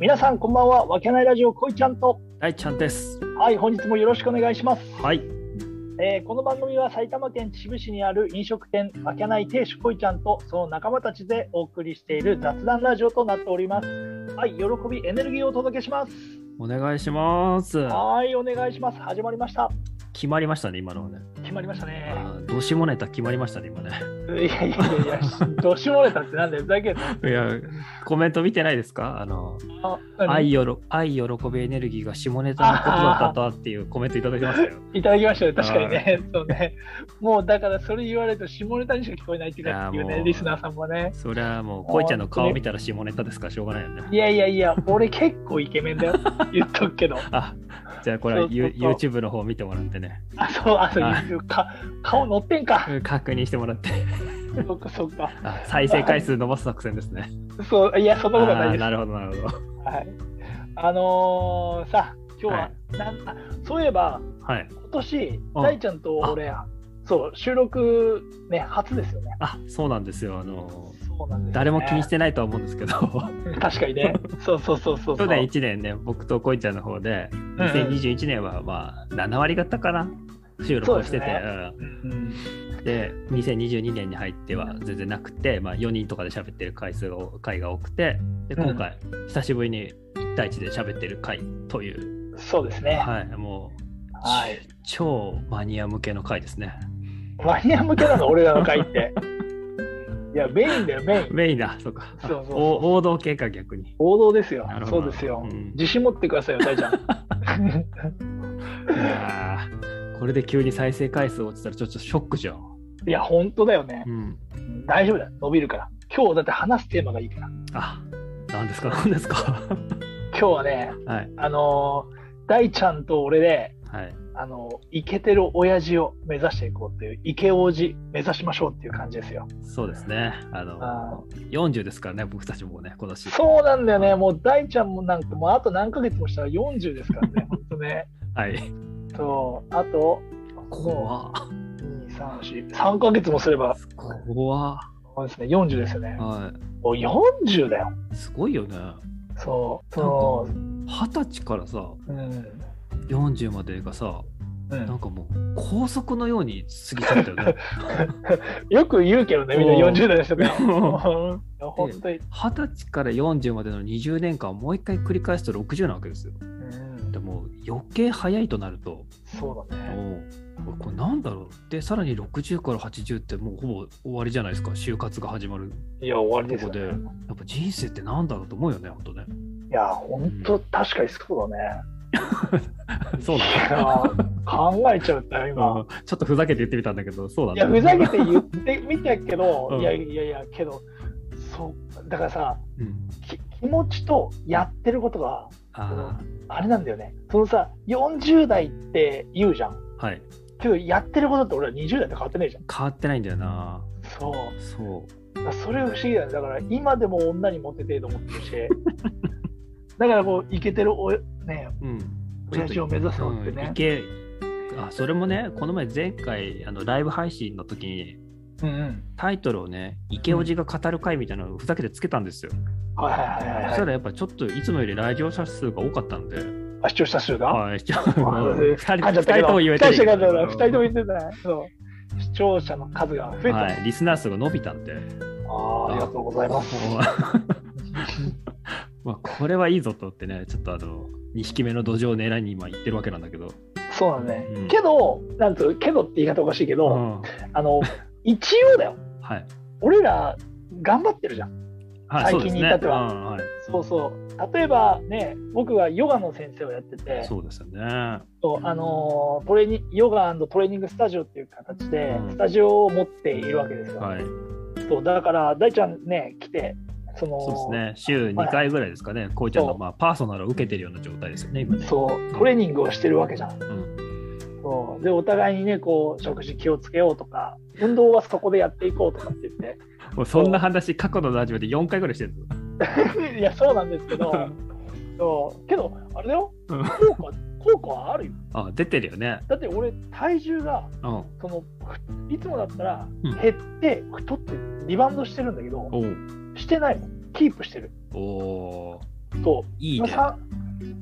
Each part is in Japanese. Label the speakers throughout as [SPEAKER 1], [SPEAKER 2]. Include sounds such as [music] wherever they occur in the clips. [SPEAKER 1] 皆さんこんばんはわけないラジオこいちゃんと
[SPEAKER 2] 大ちゃんです。
[SPEAKER 1] はい本日もよろしくお願いします、
[SPEAKER 2] はい。
[SPEAKER 1] えーこの番組は埼玉県秩父市にある飲食店わけない亭主こいちゃんとその仲間たちでお送りしている雑談ラジオとなっておりますはい喜びエネルギーをお届けします
[SPEAKER 2] お願いします。
[SPEAKER 1] はいお願いします始まりました
[SPEAKER 2] 決まりましたね、今のはね。
[SPEAKER 1] 決まりましたね
[SPEAKER 2] あーどしもネタ決まりましたね、今ね。
[SPEAKER 1] いやいやいやい [laughs] やどしもれたってなんだよふざけんない
[SPEAKER 2] や、コメント見てないですかあの、
[SPEAKER 1] あ
[SPEAKER 2] 愛よろ、愛喜びエネルギーが下ネタのことだったとはっていうコメントいただき
[SPEAKER 1] [laughs]
[SPEAKER 2] ましたよ。
[SPEAKER 1] いただきましたね、確かにね。そうね。もうだからそれ言われると下ネタにしか聞こえないっていうかっていう
[SPEAKER 2] いや
[SPEAKER 1] ね、
[SPEAKER 2] もう
[SPEAKER 1] リスナーさんもね。
[SPEAKER 2] そりゃもう、こいちゃんの顔見たら下ネタですからしょうがないよ
[SPEAKER 1] い
[SPEAKER 2] ね。
[SPEAKER 1] やいやいや、俺結構イケメンだ
[SPEAKER 2] [laughs]
[SPEAKER 1] よ。言っとくけど。
[SPEAKER 2] あ、じゃあこれ
[SPEAKER 1] そうそうそう
[SPEAKER 2] YouTube の方見てもらってね。
[SPEAKER 1] あ、そう、あ、そう
[SPEAKER 2] あ、
[SPEAKER 1] か顔乗ってんか。
[SPEAKER 2] 確認してもらって。
[SPEAKER 1] そっかそっか。
[SPEAKER 2] あ再生回数伸ばす作戦ですね。
[SPEAKER 1] そう、いや、 [laughs] そん
[SPEAKER 2] あ
[SPEAKER 1] なことはない
[SPEAKER 2] ー
[SPEAKER 1] です。
[SPEAKER 2] なるほど、なるほど。
[SPEAKER 1] はい。あのー、さ、今日は、
[SPEAKER 2] はい
[SPEAKER 1] なんあそういえば、
[SPEAKER 2] はい。
[SPEAKER 1] 今年、
[SPEAKER 2] あ
[SPEAKER 1] 大ちゃんと俺、そう、収録ね、初ですよね。
[SPEAKER 2] あ、そうなんですよ。あの、
[SPEAKER 1] そうなんです、ね。
[SPEAKER 2] 誰も気にしてないとは思うんですけど。
[SPEAKER 1] [laughs] 確かに
[SPEAKER 2] [laughs]
[SPEAKER 1] ね。そうそうそうそうそ
[SPEAKER 2] 去
[SPEAKER 1] う。
[SPEAKER 2] 年1年ね、僕とこいちゃんの方で、2021年はまあ7割方かな、収録をしてて、
[SPEAKER 1] うん
[SPEAKER 2] うんで2022年に入っては全然なくて、まあ、4人とかで喋ってる回数が回が多くて、で今回、久しぶりに大地で喋ってる回という、
[SPEAKER 1] そうですね。
[SPEAKER 2] はい、もう、
[SPEAKER 1] はい。
[SPEAKER 2] 超マニア向けの回ですね。
[SPEAKER 1] マニア向けなの、俺らの会
[SPEAKER 2] [laughs]
[SPEAKER 1] って。いや、メインだよ、メイン。
[SPEAKER 2] メインだ、そうか。
[SPEAKER 1] そうそうそう
[SPEAKER 2] お王道系か、逆に。
[SPEAKER 1] 王道ですよ
[SPEAKER 2] な。るほ
[SPEAKER 1] そ
[SPEAKER 2] ど
[SPEAKER 1] うですよ、
[SPEAKER 2] うん
[SPEAKER 1] 自信持ってくださいよ、大
[SPEAKER 2] [laughs]
[SPEAKER 1] ちゃん。
[SPEAKER 2] いやーこれで急に再生回数落ちたらちょっとショックじゃん。
[SPEAKER 1] いや、本当だよね
[SPEAKER 2] う。ん、
[SPEAKER 1] 大丈夫だよ、伸びるから。今日だって話すテーマがいいから。
[SPEAKER 2] あ、なんですか、 [laughs] なんですか。
[SPEAKER 1] 今日はね、
[SPEAKER 2] はい。
[SPEAKER 1] あのー大ちゃんと俺で、
[SPEAKER 2] はい。
[SPEAKER 1] あのーイケてる親父を目指していこうっていう、イケ王子目指しましょうっていう感じですよ。
[SPEAKER 2] そうですね。あ
[SPEAKER 1] あ
[SPEAKER 2] の、40ですからね、僕たちもね、今年。
[SPEAKER 1] そうなんだよね、もう大ちゃんもなんか、もうあと何ヶ月もしたら40ですから
[SPEAKER 2] [laughs]
[SPEAKER 1] ね、本当ね。
[SPEAKER 2] はい。
[SPEAKER 1] そう、あと、
[SPEAKER 2] 怖っ
[SPEAKER 1] 2、3、4、3ヶ月もすれば、
[SPEAKER 2] 怖っ
[SPEAKER 1] そうですね、40ですよね。
[SPEAKER 2] は
[SPEAKER 1] お40だよ。
[SPEAKER 2] い。すごいよね。
[SPEAKER 1] そう、そ
[SPEAKER 2] 二十歳からさ、
[SPEAKER 1] の、うん。
[SPEAKER 2] 40までがさ、
[SPEAKER 1] う
[SPEAKER 2] なん
[SPEAKER 1] ん、
[SPEAKER 2] かもう、高速のように過ぎちゃった
[SPEAKER 1] [laughs]
[SPEAKER 2] よね。
[SPEAKER 1] よく言うけどね、みんな
[SPEAKER 2] うん
[SPEAKER 1] 40代の人ね。[laughs]
[SPEAKER 2] う
[SPEAKER 1] 本当に、
[SPEAKER 2] 二十歳から40までの20年間をもう一回繰り返すと60なわけですよ。
[SPEAKER 1] うん
[SPEAKER 2] で、も、余計早いとなると、
[SPEAKER 1] そうだ
[SPEAKER 2] お
[SPEAKER 1] ね。
[SPEAKER 2] うこれなんだろうでさらに60から80ってもうほぼ終わりじゃないですか就活が始まる
[SPEAKER 1] いや、終わりですよ、
[SPEAKER 2] ここでや
[SPEAKER 1] ね。
[SPEAKER 2] っぱ人生ってなんだろうと思うよね本当ね
[SPEAKER 1] い
[SPEAKER 2] [laughs]
[SPEAKER 1] や、本当、確かにそうだね。
[SPEAKER 2] そうだね
[SPEAKER 1] いや考えちゃうんだよ、今。
[SPEAKER 2] うんちょっとふざけて言ってみたんだけどそうだ
[SPEAKER 1] い
[SPEAKER 2] ね
[SPEAKER 1] や、ふざけて言ってみたけど、
[SPEAKER 2] うん
[SPEAKER 1] いやいやいや、けど、そう、だからさ、
[SPEAKER 2] うん
[SPEAKER 1] き気持ちとやってることが、
[SPEAKER 2] あ
[SPEAKER 1] あれなんだよね。そのさ、40代って言うじゃん。
[SPEAKER 2] ーはい
[SPEAKER 1] けどやってることって俺は20代と変わってねえじゃん
[SPEAKER 2] 変わってないんだよな
[SPEAKER 1] そう
[SPEAKER 2] そ
[SPEAKER 1] だからそれが不思議だよねだから今でも女にモテてえと思ってるし [laughs] だからこうイケてるおね
[SPEAKER 2] ううん
[SPEAKER 1] 親父を目指そうって
[SPEAKER 2] うん
[SPEAKER 1] ね
[SPEAKER 2] い、けあそれもねこの前前回あのライブ配信の時に
[SPEAKER 1] うんうん、
[SPEAKER 2] タイトルをね池おじが語る会みたいなのをふざけてつけたんですよ、
[SPEAKER 1] はいはいはいは
[SPEAKER 2] そし
[SPEAKER 1] い
[SPEAKER 2] た
[SPEAKER 1] はい
[SPEAKER 2] らやっぱちょっといつもより来場者数が多かったんで
[SPEAKER 1] あ視聴者数が
[SPEAKER 2] はい、じゃ
[SPEAKER 1] あ
[SPEAKER 2] 2人
[SPEAKER 1] 噛んじゃ
[SPEAKER 2] 二
[SPEAKER 1] ったけ
[SPEAKER 2] 人
[SPEAKER 1] ど
[SPEAKER 2] とも言えて
[SPEAKER 1] 二人とも言えてない二人とも言え
[SPEAKER 2] る
[SPEAKER 1] てないそう視聴者の数が増えた、
[SPEAKER 2] はい、リスナー数が伸びた
[SPEAKER 1] [laughs]
[SPEAKER 2] んで、
[SPEAKER 1] あーありがとうございます
[SPEAKER 2] もうまあこれはいいぞと思ってね、ちょっとあの、2匹目の土壌を狙いに今行ってるわけなんだけど、
[SPEAKER 1] そうだね、
[SPEAKER 2] うん
[SPEAKER 1] けどなんつうけどって言い方おかしいけ
[SPEAKER 2] う
[SPEAKER 1] ど、
[SPEAKER 2] ん、
[SPEAKER 1] あの一応だよ
[SPEAKER 2] はい、
[SPEAKER 1] 俺ら頑張ってるじゃん
[SPEAKER 2] はい、
[SPEAKER 1] 最
[SPEAKER 2] そう
[SPEAKER 1] 近
[SPEAKER 2] です
[SPEAKER 1] に
[SPEAKER 2] ね。
[SPEAKER 1] 至って
[SPEAKER 2] う
[SPEAKER 1] は
[SPEAKER 2] んはい、
[SPEAKER 1] そうそう例えばね僕がヨガの先生をやってて
[SPEAKER 2] そうですよね。
[SPEAKER 1] そうあのートレーニヨガトレーニングスタジオっていう形で
[SPEAKER 2] うん
[SPEAKER 1] スタジオを持っているわけですよ、
[SPEAKER 2] はい、
[SPEAKER 1] そうだから大ちゃんね来てその
[SPEAKER 2] そうですね。週2回ぐらいですかね、こうちゃんのまあパーソナルを受けてるような状態ですよね、今ね。
[SPEAKER 1] そうトレーニングをしてるわけじゃん
[SPEAKER 2] うん
[SPEAKER 1] そうでお互いにねこう食事気をつけようとか運動はそこでやっていこうとかって言って
[SPEAKER 2] もうそんな話、過去のラジオで4回ぐらいしてるの。
[SPEAKER 1] [laughs] いやそうなんですけどそうけどあれだよ
[SPEAKER 2] うん
[SPEAKER 1] 効果効果はあるよ
[SPEAKER 2] あ、出てるよね。
[SPEAKER 1] だって俺体重が
[SPEAKER 2] うん。お
[SPEAKER 1] そのいつもだったら
[SPEAKER 2] うん
[SPEAKER 1] 減って太ってリバウンドしてるんだけど、
[SPEAKER 2] う
[SPEAKER 1] してないのキープしてる
[SPEAKER 2] おー
[SPEAKER 1] そ、
[SPEAKER 2] いうい
[SPEAKER 1] ま
[SPEAKER 2] ね。
[SPEAKER 1] あ、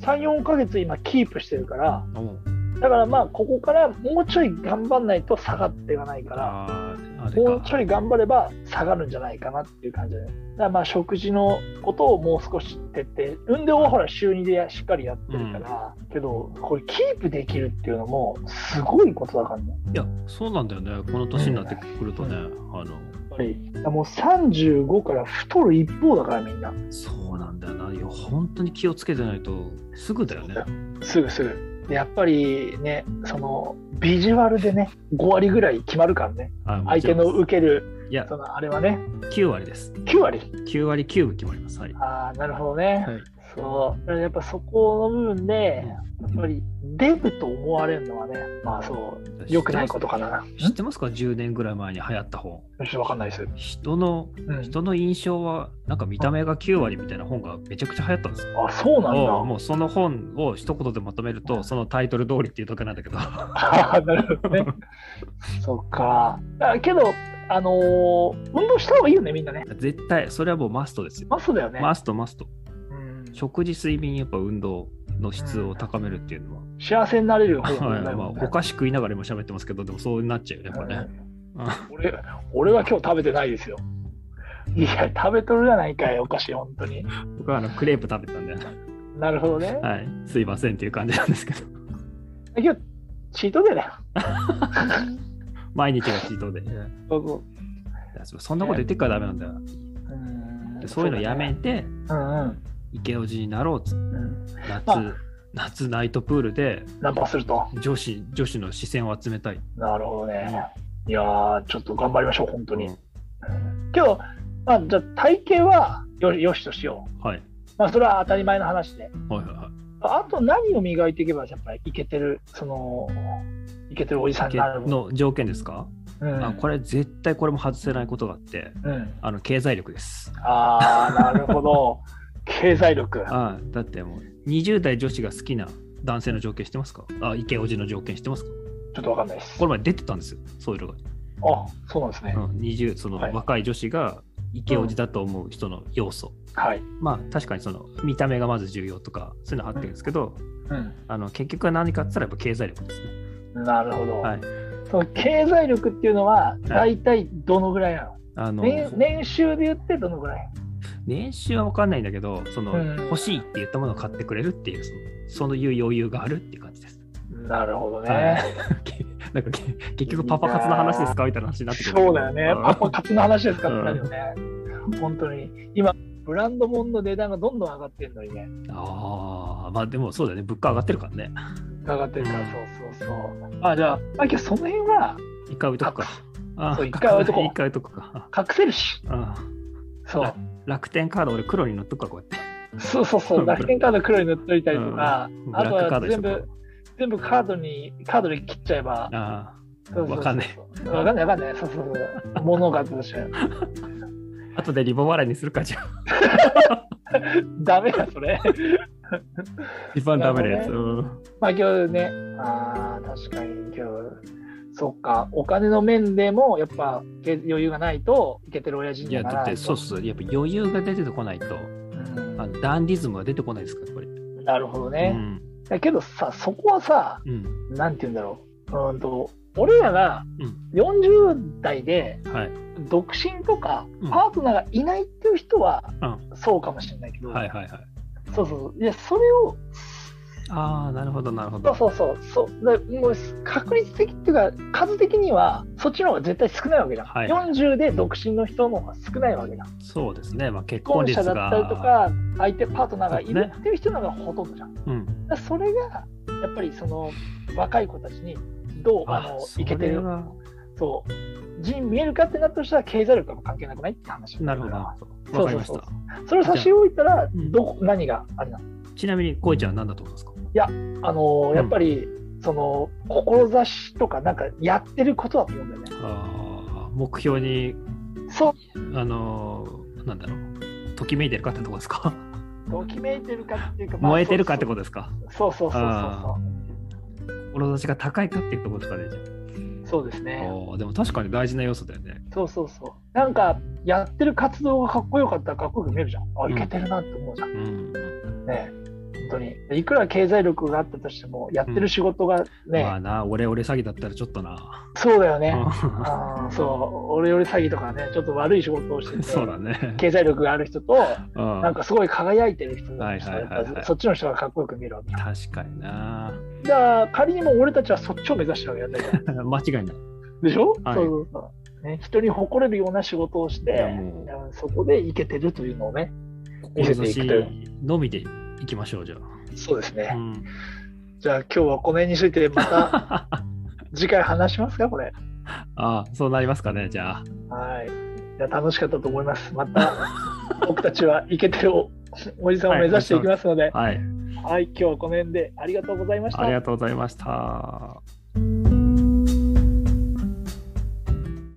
[SPEAKER 1] 34ヶ月今キープしてるから
[SPEAKER 2] うん
[SPEAKER 1] だからまあここからもうちょい頑張んないと下がっていかないから
[SPEAKER 2] あーあれ
[SPEAKER 1] もうち
[SPEAKER 2] か。
[SPEAKER 1] ょい頑張れば下がるんじゃないかなっていう感じだねだからまあ食事のことをもう少し徹底運動はほら週2でしっかりやってるから、けどこれキープできるっていうのもすごいことだからね
[SPEAKER 2] いや、そうなんだよね。この年になってくるとね、あの、
[SPEAKER 1] やっぱりもう35から太る一方だからみんな
[SPEAKER 2] そうなんだよな。いや、本当に気をつけてないと、すぐだよね。
[SPEAKER 1] すぐすぐでやっぱりねそのビジュアルでね5割ぐらい決まるからね
[SPEAKER 2] あも
[SPEAKER 1] 相
[SPEAKER 2] ちろ
[SPEAKER 1] 手
[SPEAKER 2] ん
[SPEAKER 1] の受ける
[SPEAKER 2] いや
[SPEAKER 1] そ、のあれはね
[SPEAKER 2] 9割です。
[SPEAKER 1] 9割
[SPEAKER 2] 9割9分決まります。はい。
[SPEAKER 1] ああなるほどね、
[SPEAKER 2] はい
[SPEAKER 1] そうだからやっぱそこの部分でやっぱりデブと思われるのはねまあそう良くないことかな
[SPEAKER 2] 知ってますか ?10 年ぐらい前に流行った本。
[SPEAKER 1] んちょっとわかんないです、
[SPEAKER 2] 人の
[SPEAKER 1] うん、
[SPEAKER 2] 人の印象はなんか見た目が9割みたいな本がめちゃくちゃ流行ったんですよ。
[SPEAKER 1] あそうなんだ
[SPEAKER 2] もうその本を一言でまとめるとそのタイトル通りっていうとこなんだけ
[SPEAKER 1] [laughs]
[SPEAKER 2] ど
[SPEAKER 1] ああなる
[SPEAKER 2] [laughs]
[SPEAKER 1] ほどねそっかあけどあのー運動した方がいいよねみんなね
[SPEAKER 2] 絶対それはもうマストですよ。
[SPEAKER 1] マストだよね、
[SPEAKER 2] マストマスト。
[SPEAKER 1] うん、
[SPEAKER 2] 食事睡眠やっぱ運動の質を高めるっていうのは、
[SPEAKER 1] 幸せになれる方法
[SPEAKER 2] はい
[SPEAKER 1] だよ
[SPEAKER 2] [laughs] まあ、
[SPEAKER 1] ね
[SPEAKER 2] お菓子食いながら今喋ってますけどでもそうなっちゃうよねやっぱね。
[SPEAKER 1] うん俺俺は今日食べてないですよいや食べとるじゃないかいお菓子本当に
[SPEAKER 2] 僕はあのクレープ食べたんで、
[SPEAKER 1] なるほどね、
[SPEAKER 2] はい、すいませんっていう感じなんですけど [laughs]
[SPEAKER 1] 今日チートデーだよ
[SPEAKER 2] 毎日がチートで。
[SPEAKER 1] そうそう
[SPEAKER 2] そんなこと言ってっからダメなんだよ。
[SPEAKER 1] うん
[SPEAKER 2] そういうのやめて、
[SPEAKER 1] そうだね
[SPEAKER 2] イケオジになろうっつって
[SPEAKER 1] うんうんうん
[SPEAKER 2] 夏、
[SPEAKER 1] まあ
[SPEAKER 2] 夏ナイトプールで
[SPEAKER 1] ナンパすると
[SPEAKER 2] 女子女子の視線を集めたい。
[SPEAKER 1] なるほどね、いやーちょっと頑張りましょう本当に、
[SPEAKER 2] うん
[SPEAKER 1] けど、まあ、じゃあ体型はよよしとしよう
[SPEAKER 2] はい。
[SPEAKER 1] まあそれは当たり前の話で
[SPEAKER 2] はいはいは
[SPEAKER 1] あと何を磨いていけばやっぱりいけてるそのいけてるおじさん
[SPEAKER 2] い
[SPEAKER 1] になる
[SPEAKER 2] け。の条件ですか、
[SPEAKER 1] うん
[SPEAKER 2] あこれ絶対これも外せないことがあって、
[SPEAKER 1] うん、
[SPEAKER 2] あの経済力です。
[SPEAKER 1] ああなるほ
[SPEAKER 2] [laughs]
[SPEAKER 1] ど経済力
[SPEAKER 2] あだってもう20代女子が好きな男性の条件知ってますかあ、イケオジの条件知ってますか
[SPEAKER 1] ちょっとわかんないです
[SPEAKER 2] これ前出てたんですよ、そういうのが。
[SPEAKER 1] あそうなんですね、
[SPEAKER 2] うん、20その
[SPEAKER 1] はい
[SPEAKER 2] 若い女子がイケオジだと思う人の要素。
[SPEAKER 1] はい、
[SPEAKER 2] まあ確かにその見た目がまず重要とかそういうのあってるんですけど、あの結局は何かって言ったらやっぱ経済力ですね。
[SPEAKER 1] うん、なるほど、
[SPEAKER 2] はい。
[SPEAKER 1] その経済力っていうのは大体どのぐらいなの、
[SPEAKER 2] あの
[SPEAKER 1] 年年収で言ってどのぐらい
[SPEAKER 2] 年収は分かんないんだけどその、
[SPEAKER 1] うん
[SPEAKER 2] 欲しいって言ったものを買ってくれるっていうそのそういう余裕があるっていう感じです。
[SPEAKER 1] なるほどね、
[SPEAKER 2] はいけ [laughs] なんかけ結局パパ活の話ですかみたいな話になってくる。
[SPEAKER 1] そうだよね
[SPEAKER 2] ん
[SPEAKER 1] パパ活の話ですからね,、本当に今ブランド物の値段がどんどん上がってるのにね
[SPEAKER 2] ああまあでもそうだよね物価上がってるからね。
[SPEAKER 1] 上がってるから、
[SPEAKER 2] うん
[SPEAKER 1] そうそうそうあじゃああ今日その辺は
[SPEAKER 2] 一回置いとくか。あー
[SPEAKER 1] そう一回置いとこう
[SPEAKER 2] 一回置いとくか。
[SPEAKER 1] 隠せるし
[SPEAKER 2] あ
[SPEAKER 1] そう
[SPEAKER 2] あ楽天カード俺黒に乗っとくかこうやって。
[SPEAKER 1] そうそうそう
[SPEAKER 2] [laughs]
[SPEAKER 1] 楽天カード黒に塗っといたりとか、
[SPEAKER 2] うん
[SPEAKER 1] あと
[SPEAKER 2] ブラックカ
[SPEAKER 1] は
[SPEAKER 2] ードにし
[SPEAKER 1] 全
[SPEAKER 2] とこう
[SPEAKER 1] 部全部カードにカードで切っちゃえば
[SPEAKER 2] あ
[SPEAKER 1] そうそうそう
[SPEAKER 2] わかんない
[SPEAKER 1] わかんないわかんないそうそうそう物がどうしよう
[SPEAKER 2] あ後でリボン払いにするかじゃ
[SPEAKER 1] [laughs]
[SPEAKER 2] あ。
[SPEAKER 1] ダメだそれ [laughs]
[SPEAKER 2] リボンダメなやつ。
[SPEAKER 1] な
[SPEAKER 2] うん
[SPEAKER 1] まあ今日ね、ああ、確かに今日、そっか、お金の面でも、やっぱけ余裕がないといけてる親父
[SPEAKER 2] い
[SPEAKER 1] に
[SPEAKER 2] や
[SPEAKER 1] はな
[SPEAKER 2] だ
[SPEAKER 1] ら
[SPEAKER 2] っ
[SPEAKER 1] な
[SPEAKER 2] て
[SPEAKER 1] い
[SPEAKER 2] そう
[SPEAKER 1] と。
[SPEAKER 2] そうやっぱ余裕が出てこないと
[SPEAKER 1] うん
[SPEAKER 2] あのダンディズムが出てこないですからやっぱり。
[SPEAKER 1] なるほど
[SPEAKER 2] う
[SPEAKER 1] ね。
[SPEAKER 2] ん
[SPEAKER 1] だけどさ、そこはさ、
[SPEAKER 2] うん、
[SPEAKER 1] なんて言うんだろう。うーんと俺らが
[SPEAKER 2] うん
[SPEAKER 1] 40代で
[SPEAKER 2] はい、
[SPEAKER 1] 独身とか
[SPEAKER 2] うん
[SPEAKER 1] パートナーがいないっていう人は
[SPEAKER 2] う
[SPEAKER 1] そうかもしれないけど、
[SPEAKER 2] はいはいはい。
[SPEAKER 1] そうそうそういやそれを
[SPEAKER 2] ああ、なるほど、なるほ
[SPEAKER 1] そ
[SPEAKER 2] ど。
[SPEAKER 1] うそうそうそうでもう確率的っていうか数的にはそっちの方が絶対少ないわけだ、
[SPEAKER 2] はい
[SPEAKER 1] 40で独身の人の方が少ないわけだ
[SPEAKER 2] そうですね、まあ、
[SPEAKER 1] 既
[SPEAKER 2] 結
[SPEAKER 1] 婚
[SPEAKER 2] 婚率
[SPEAKER 1] 者だ
[SPEAKER 2] が。
[SPEAKER 1] ったりとか相手パートナーがいるっていう人の方がほとんどじゃん、
[SPEAKER 2] うん、
[SPEAKER 1] だからそれがやっぱりその若い子たちにどうあの
[SPEAKER 2] そ
[SPEAKER 1] いけて
[SPEAKER 2] れ
[SPEAKER 1] る
[SPEAKER 2] は
[SPEAKER 1] そう人見えるかってなったとしたら経済力は関係なくないって話
[SPEAKER 2] なるほど。
[SPEAKER 1] だか
[SPEAKER 2] わ
[SPEAKER 1] そう
[SPEAKER 2] かりました
[SPEAKER 1] そう。らそれを差し置いたら
[SPEAKER 2] うん
[SPEAKER 1] どこ何があれなの
[SPEAKER 2] ちなみに、こいちゃんは何だと思いますか
[SPEAKER 1] あのーやっぱりその志とかなんかやってることだと思うんだよね
[SPEAKER 2] ああ、目標に、
[SPEAKER 1] そう
[SPEAKER 2] あのーなんだろう、ときめいてるかってとこですか
[SPEAKER 1] ときめいてるかっていう [laughs] か、まあ
[SPEAKER 2] 燃えてるかってことですか
[SPEAKER 1] そうそうそう
[SPEAKER 2] あ
[SPEAKER 1] そ
[SPEAKER 2] 志が高いかっていうところですかね、じゃ
[SPEAKER 1] うそうそうです
[SPEAKER 2] あ。
[SPEAKER 1] ね
[SPEAKER 2] あーでも確かに大事な要素だよね。
[SPEAKER 1] そうそうそうなんかやってる活動がかっこよかったらかっこよく見えるじゃんあいけてるなって思うじゃん、
[SPEAKER 2] うん。
[SPEAKER 1] ね、本当に。いくら経済力があったとしても、やってる仕事がね、
[SPEAKER 2] まあな、俺俺詐欺だったらちょっとな。
[SPEAKER 1] そうだよね。
[SPEAKER 2] う
[SPEAKER 1] あーそう、俺より詐欺とかね、ちょっと悪い仕事をして
[SPEAKER 2] ん
[SPEAKER 1] て、
[SPEAKER 2] [laughs] [laughs] そうだね。
[SPEAKER 1] 経済力がある人と、
[SPEAKER 2] うん
[SPEAKER 1] なんかすごい輝いてる人
[SPEAKER 2] はいはいはいはい
[SPEAKER 1] やっぱそっちの人がかっこよく見えるわけ。
[SPEAKER 2] 確かにな。 [laughs]
[SPEAKER 1] だから仮にも俺たちはそっちを目指してるわけだよね。
[SPEAKER 2] 間違いない。
[SPEAKER 1] でしょ、
[SPEAKER 2] はい
[SPEAKER 1] そうそうそう、ね。人に誇れるような仕事をし
[SPEAKER 2] いや
[SPEAKER 1] て、
[SPEAKER 2] もう
[SPEAKER 1] そこでいけてるというのをね、見せてい
[SPEAKER 2] 志
[SPEAKER 1] くという
[SPEAKER 2] のみでいきましょう、じゃ
[SPEAKER 1] そうです
[SPEAKER 2] あ。う
[SPEAKER 1] ね。 [laughs]
[SPEAKER 2] ん、
[SPEAKER 1] じゃあ今日はこの辺について、ま
[SPEAKER 2] [laughs]
[SPEAKER 1] た
[SPEAKER 2] あ
[SPEAKER 1] 次回話しますか、これ。
[SPEAKER 2] あ、そうなりますかね、じゃあ。
[SPEAKER 1] はい。いや楽しかったと思います。また僕たちはイケてるおおじさんを目指していきますので、
[SPEAKER 2] はい、
[SPEAKER 1] はい、今日はこの辺でありがとうございました
[SPEAKER 2] あり。がとうございました。